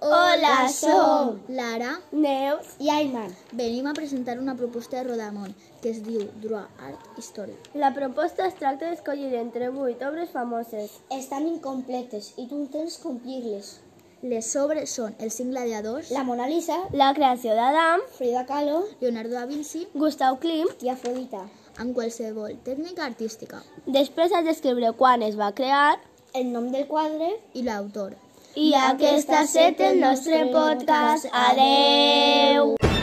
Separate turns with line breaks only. Hola, som
Lara.
Neus i Aiman.
Venim a presentar una proposta de Rodamont que es diu Drua Art History.
La proposta es tracta d'escollir entre vuit obres famoses.
Estan incompletes i tu intents complir-les.
Les obres són Els cinc gladiadors,
La Mona Lisa,
La creació d'Adam,
Frida Kahlo
Leonardo da Vinci,
Gustav Klimt.
i Afrodita.
amb qualsevol tècnica artística
Després has d'escriure quan es va crear.
El nom del quadre
i l'autor.
I aquest ha estat el nostre podcast. Adeu!